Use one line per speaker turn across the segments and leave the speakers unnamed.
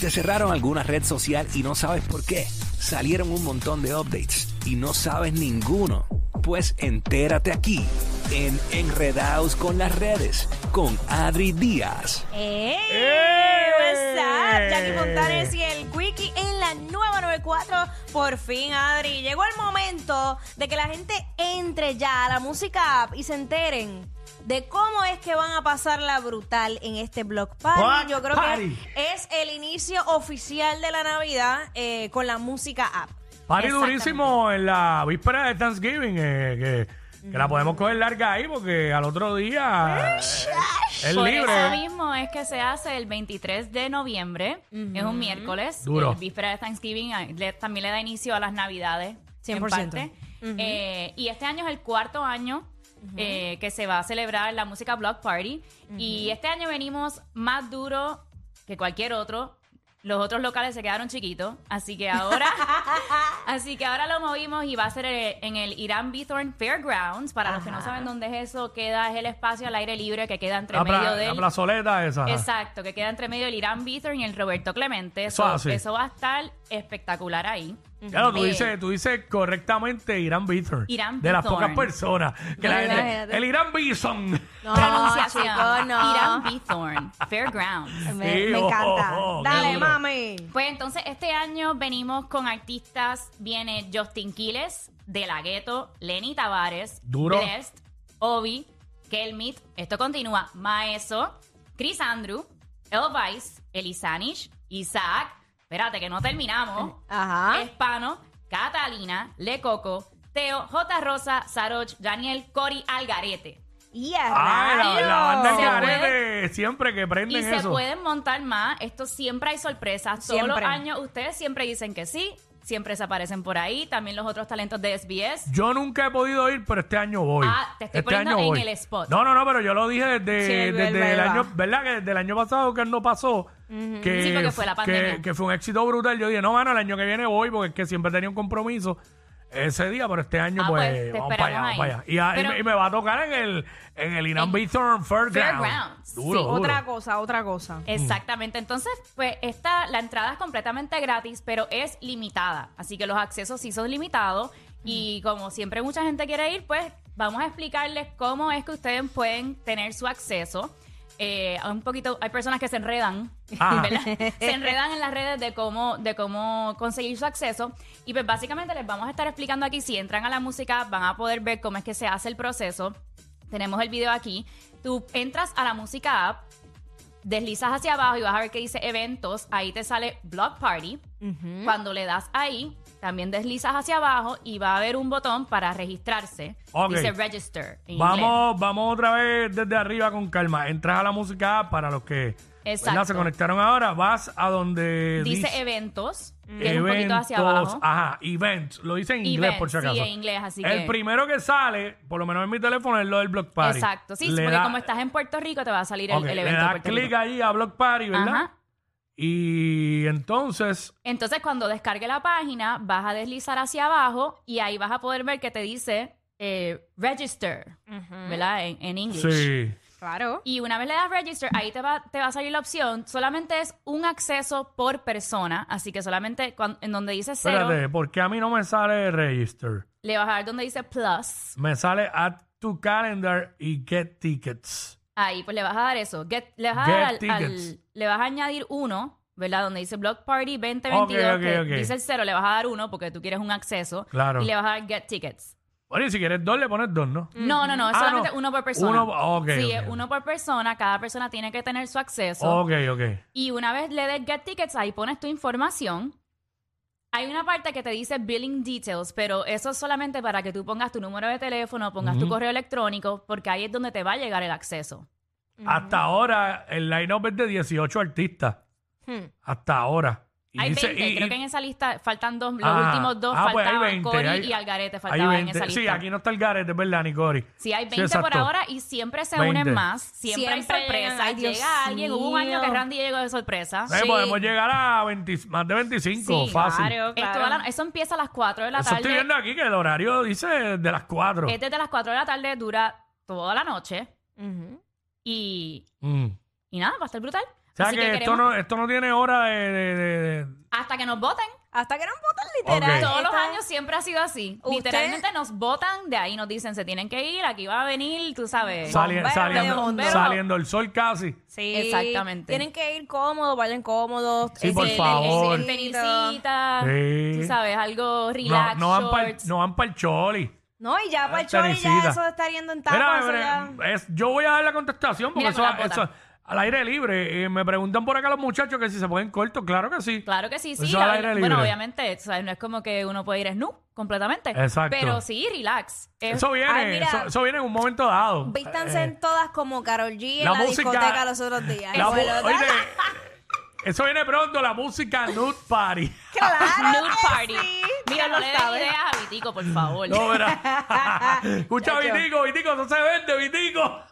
Te cerraron alguna red social y no sabes por qué. Salieron un montón de updates y no sabes ninguno. Pues entérate aquí en Enredados con las redes con Adri Díaz.
¡Ey!
¡Ey!
What's up? Jackie Fontanes y el Quickie en la nueva 94. Por fin, Adri, llegó el momento de que la gente entre ya a la música app y se enteren de cómo es que van a pasar la brutal en este Block Party.
Block
Yo creo
Party.
que es el inicio oficial de la Navidad eh, con la música app.
Party
Exactamente.
durísimo en la víspera de Thanksgiving, eh, que, que la podemos coger larga ahí porque al otro día eh, es
Por eso
libre.
mismo es que se hace el 23 de noviembre, es un miércoles,
Duro.
el víspera de Thanksgiving, ah, le- también le da inicio a las Navidades, 100%.
100%.
Eh, y este año es el cuarto año eh, que se va a celebrar la música Block Party. Y este año venimos más duro que cualquier otro. Los otros locales se quedaron chiquitos, así que ahora, así que ahora lo movimos y va a ser eh, en el Irán Bithorn Fairgrounds. Para los que no saben dónde es eso, queda es el espacio al aire libre que queda entre
La, pla-
medio
la
del
plazoleta esa. ajá.
Exacto, que queda entre medio el Irán Bithorn y el Roberto Clemente.
Eso
Eso,
es así.
eso va a estar espectacular ahí.
Claro, tú
Eh,
dices, tú dices correctamente Irán Bithorn.
Irán
De las
Bithorn.
pocas personas. que la gente-
Imagínate.
el Irán Bison.
No,
pronunciación.
chicos, no.
ah, Irán Bithorn, Fairgrounds.
Me,
Sí,
me
oh,
encanta.
oh, oh,
Dale,
duro.
mami.
Pues entonces este año venimos con artistas, viene Justin Quiles, De La Ghetto, Lenny Tavares,
Duro.
Blessed, Obi, Kelmit, esto continúa, Maeso, Chris Andrew, Elvice, Elisanish, Isaac, espérate que no terminamos.
Ah. Ajá.
Hispano, Catalina, Lecoco, Teo, J. Rosa, Saroch, Daniel, Cori, Algarete.
Y a
Ah, la, la banda
rayos.
de
Se puede.
Garete, siempre que
Y
prenden
se
eso.
pueden montar más. Esto siempre hay sorpresas. Todos
Siempre.
los años ustedes siempre dicen que sí. Siempre se aparecen por ahí. También los otros talentos de SBS.
Yo nunca he podido ir, pero este año voy.
Ah, te estoy
este
poniendo
año
en
voy.
el spot.
No, no, no, pero yo lo dije desde,
Sí, él va,
desde
él va,
el
él
año,
va.
¿verdad? Que desde el año pasado que él no pasó. que,
Sí, porque fue la
que-
pandemia.
que fue un éxito brutal. Yo dije, no, mano, el año que viene voy, porque es que siempre tenía un compromiso ese día, pero este año,
Ah,
pues,
pues, te
vamos para allá,
esperamos
vamos para allá.
ahí.
Y, ah, y
Pero-
me, y me va a tocar en el, en el Inam
En-
Bithorn Fairground.
Fairgrounds,
Duro,
sí.
duro.
Otra cosa, otra cosa.
Exactamente. Entonces, pues esta, la entrada es completamente gratis, pero es limitada. Así que los accesos sí son limitados. Y como siempre mucha gente quiere ir, pues vamos a explicarles cómo es que ustedes pueden tener su acceso. Eh, un poquito, hay personas que se enredan,
Ajá.
¿verdad? Se enredan en las redes de cómo, de cómo conseguir su acceso. Y pues básicamente les vamos a estar explicando aquí. Si entran a la música, van a poder ver cómo es que se hace el proceso. Tenemos el video aquí. Tú entras a la música app, deslizas hacia abajo y vas a ver que dice eventos, ahí te sale Block Party. Cuando le das ahí, también deslizas hacia abajo y va a haber un botón para registrarse.
Ok.
Dice Register. en inglés.
Vamos, vamos otra vez desde arriba con calma. Entras a la música para los que
Exacto.
¿verdad? se conectaron ahora. Vas a donde
Dice
dice
eventos, que es un poquito hacia
eventos,
abajo.
Ajá, events. Lo dice en inglés
Events,
por si
sí,
acaso.
en inglés, así
El
que-
primero que sale, por lo menos en mi teléfono, es lo del Block Party.
Exacto. Sí,
Le
porque
da-
como estás en Puerto Rico, te va a salir el-
ok,
el,
le
evento. de
das
Puerto Rico.
clic ahí a Block Party, ¿verdad?
Ajá.
Y entonces,
Entonces, cuando descargue la página, vas a deslizar hacia abajo y ahí vas a poder ver que te dice eh, Register, ¿verdad? En, en inglés.
sí.
Claro.
Y una vez le das register, ahí te va, te va a salir la opción. Solamente es un acceso por persona. Así que solamente cuan- en donde dice cero,
Espérate, ¿por qué a mí no me sale register?
le vas a dar donde dice plus.
Me sale add to calendar y get tickets.
Ahí pues le vas a dar eso. Get- le, vas a
Get
dar al-
tickets.
al- le vas a añadir uno, ¿verdad? Donde dice Block Party 2022.
Ok, ok,
que
ok.
Dice el cero, le vas a dar uno porque tú quieres un acceso.
Claro.
Y le vas a dar get tickets.
Bueno, y si quieres dos, le pones dos, ¿no?
No, no, no, es
Ah,
solamente
no.
uno por persona.
Uno- ok,
sí,
ok,
es
ok.
uno por persona, cada persona tiene que tener su acceso.
Ok, ok.
Y una vez le des Get Tickets, ahí pones tu información. Hay una parte que te dice Billing Details, pero eso es solamente para que tú pongas tu número de teléfono, pongas tu correo electrónico, porque ahí es donde te va a llegar el acceso.
Hasta ahora el line-up es de 18 artistas. Hasta ahora. Y
Hmm. hay
dice-
20,
y-
creo
y-
que en esa lista faltan dos, los
Ah,
últimos dos
ah, pues hay
faltaban,
20,
Cory
hay-
y Algarete
hay
faltaban en
20.
esa lista.
Sí, aquí no está el Garete, es ¿verdad, Nicori?
Sí, hay 20 por
exacto.
ahora y siempre se
20.
unen más. Siempre,
Siempre
hay
llegan, ay,
sorpresas.
Dios
Llega alguien. Hubo un año que
mío.
Randy llegó de sorpresa.
Eh, podemos llegar a 20 más de 25,
Sí,
fácil.
claro.
Esto va a la- eso empieza a las 4 de la
Eso
tarde.
estoy viendo aquí que el horario dice de las 4.
Es desde las 4 de la tarde, dura toda la noche. Y, y nada, va a estar brutal.
Mm. sea
Así
que,
que
esto,
queremos-
no, esto no tiene hora de. de- de- de-
Hasta que nos voten.
Hasta que no votan
Ok.
literal.
Todos los
Esta-
años siempre ha sido así.
Usted-
Literalmente nos votan, de ahí nos dicen se tienen que ir, aquí va a venir, tú sabes.
sali-
Bombero,
saliendo,
bombero.
saliendo el sol casi.
Sí,
Exactamente.
Tienen que ir cómodos, vayan cómodos.
Sí,
Eh,
por
Sí,
favor.
el Tenisita,
Sí.
tú sabes, algo
No,
relax,
no van para
shorts.
no van pa'l choli.
No, y ya para el
Esta
chori ya
risita.
eso de estar yendo en
Mira,
tapas. eso ya-
mira, es- yo voy a dar la contestación porque
Mira,
eso,
con la bota.
eso- al aire libre. eh, me preguntan por acá los muchachos que si se ponen cortos. Claro que sí.
Claro que sí, sí.
Eso
la
al
verdad-
aire
Bueno,
libre.
obviamente, tú sabes, no es como que uno puede ir snu completamente.
Exacto.
Pero sí, relax. Es-
Eso viene,
Ay, mira.
eso, eso viene en un momento dado.
Vístanse
Eh,
en todas como Carol G en la,
la música-
discoteca los otros días.
la mu-
Bueno,
oye, eso viene pronto, la música Nude Party.
claro.
Nude
que
party.
Ah, sí,
Mira,
ya
no
lo
le des
sabes.
ideas a Vitico, por favor.
No, verá. Escucha,
Chacho.
Vitico, Vitico, eso se vende, Vitico.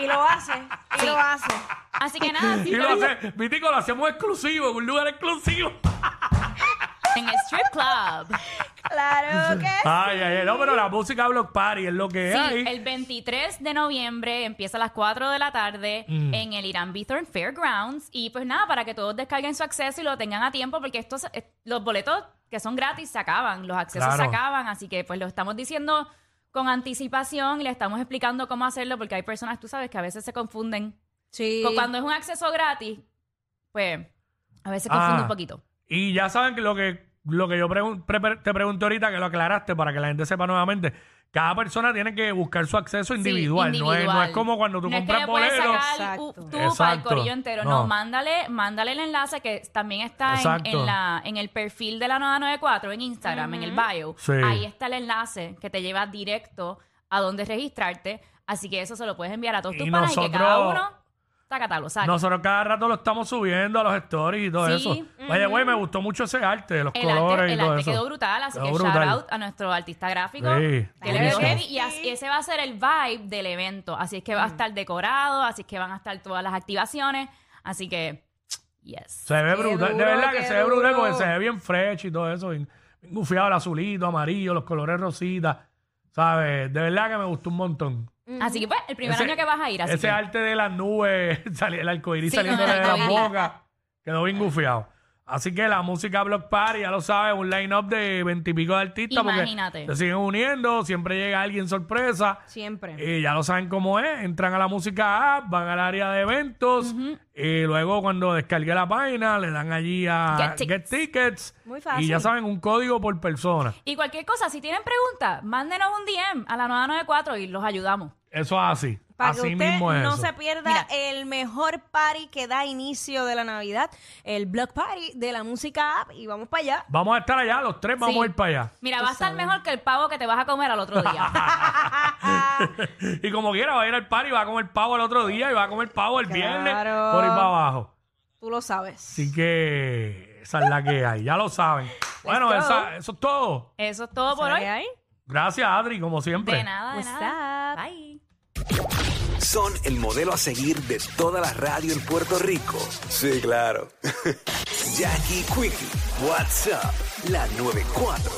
Y lo hace, y
Sí.
lo hace.
Así que nada,
Y lo hace- Vitico lo hacemos exclusivo, en un lugar exclusivo.
en el strip club.
Claro que sí.
Ay, ay, ay, no, pero la música Block Party es lo que
Sí,
hay.
el 23 de noviembre empieza a las 4 de la tarde
Mm.
en el Irán Bithorn Fairgrounds. Y pues nada, para que todos descarguen su acceso y lo tengan a tiempo, porque estos eh, los boletos que son gratis se acaban, los accesos se
Claro.
acaban. Así que pues lo estamos diciendo con anticipación y le estamos explicando cómo hacerlo, porque hay personas, tú sabes, que a veces se confunden.
Sí.
Con- Cuando es un acceso gratis, pues a veces confunde
Ah.
un poquito.
Y ya saben que lo que, lo que yo pregun- pre- pre- te pregunto ahorita, que lo aclaraste para que la gente sepa nuevamente. Cada persona tiene que buscar su acceso
Sí,
individual. No, es, no es
individual.
como cuando tú
No es que
compras
le puedes
boletos.
sacar
Exacto.
u- tú para el
Exacto.
corillo entero. No,
No.
mándale, mándale el enlace que también está en,
Exacto.
en la, en el perfil de la 994 en Instagram, en el bio.
Sí.
Ahí está el enlace que te lleva directo a donde registrarte. Así que eso se lo puedes enviar a todos
Y
tus panas y que
nosotros-
cada uno sácatalo, saque.
Nosotros cada rato lo estamos subiendo a los stories y todo
Sí,
eso. Vaya, güey, me gustó mucho ese arte de los
el
colores
arte,
y
el
todo
arte
eso.
quedó brutal, así
Quedó
que
brutal.
shout out a nuestro artista gráfico.
Sí,
que le quedó
buenísimo.
heavy, y así- ese va a ser el vibe del evento. Así es que va a estar decorado, así es que van a estar todas las activaciones. Así que, yes.
Se ve
Qué
brutal, de
duro,
verdad que
qué
se ve brutal
duro.
porque se ve bien fresh y todo eso. Bien bien gufiado el azulito, amarillo, los colores rositas. ¿Sabes? De verdad que me gustó un montón.
Mm-hmm.
Así que, pues, el primer
Ese-
año que vas a ir. Así
Ese
que,
arte de las nubes, sali- el arcoíris
Sí,
saliendo
con el
de la
arcoíris.
boca, quedó bien gufiado. Así que la música Block Party, ya lo sabes, un line-up de veintipico de artistas. porque
Imagínate.
se siguen uniendo, siempre llega alguien sorpresa.
Siempre.
Y ya lo saben cómo es. Entran a la música app, van al área de eventos. Y luego, cuando descargue la página, le dan allí a
Get tickets.
Tickets.
Muy fácil.
Y ya saben, un código por persona.
Y cualquier cosa, si tienen preguntas, mándenos un DM a la 994 y los ayudamos.
Eso es así.
Para
así
que usted
mismo es.
no
eso.
se pierda
Mira.
el mejor party que da inicio de la Navidad, el Block Party de la música app. Y vamos para allá.
Vamos a estar allá, los tres vamos
Sí.
a ir para allá.
Mira, va a estar mejor que el pavo que te vas a comer al otro día.
y como quiera, va a ir al party, va a comer pavo el otro día y va a comer pavo el viernes
Claro.
por ir para abajo.
Tú lo sabes.
Así que esa es la que hay, ya lo saben. Bueno,
go.
esa- eso es todo.
Eso es todo por
¿Sabe
hoy.
qué hay?
Gracias, Adri, como siempre.
De nada, de
What's
nada.
up?
Bye.
Son el modelo a seguir de toda la radio en Puerto Rico. Sí, claro. Jackie Quickie, WhatsApp, la 94.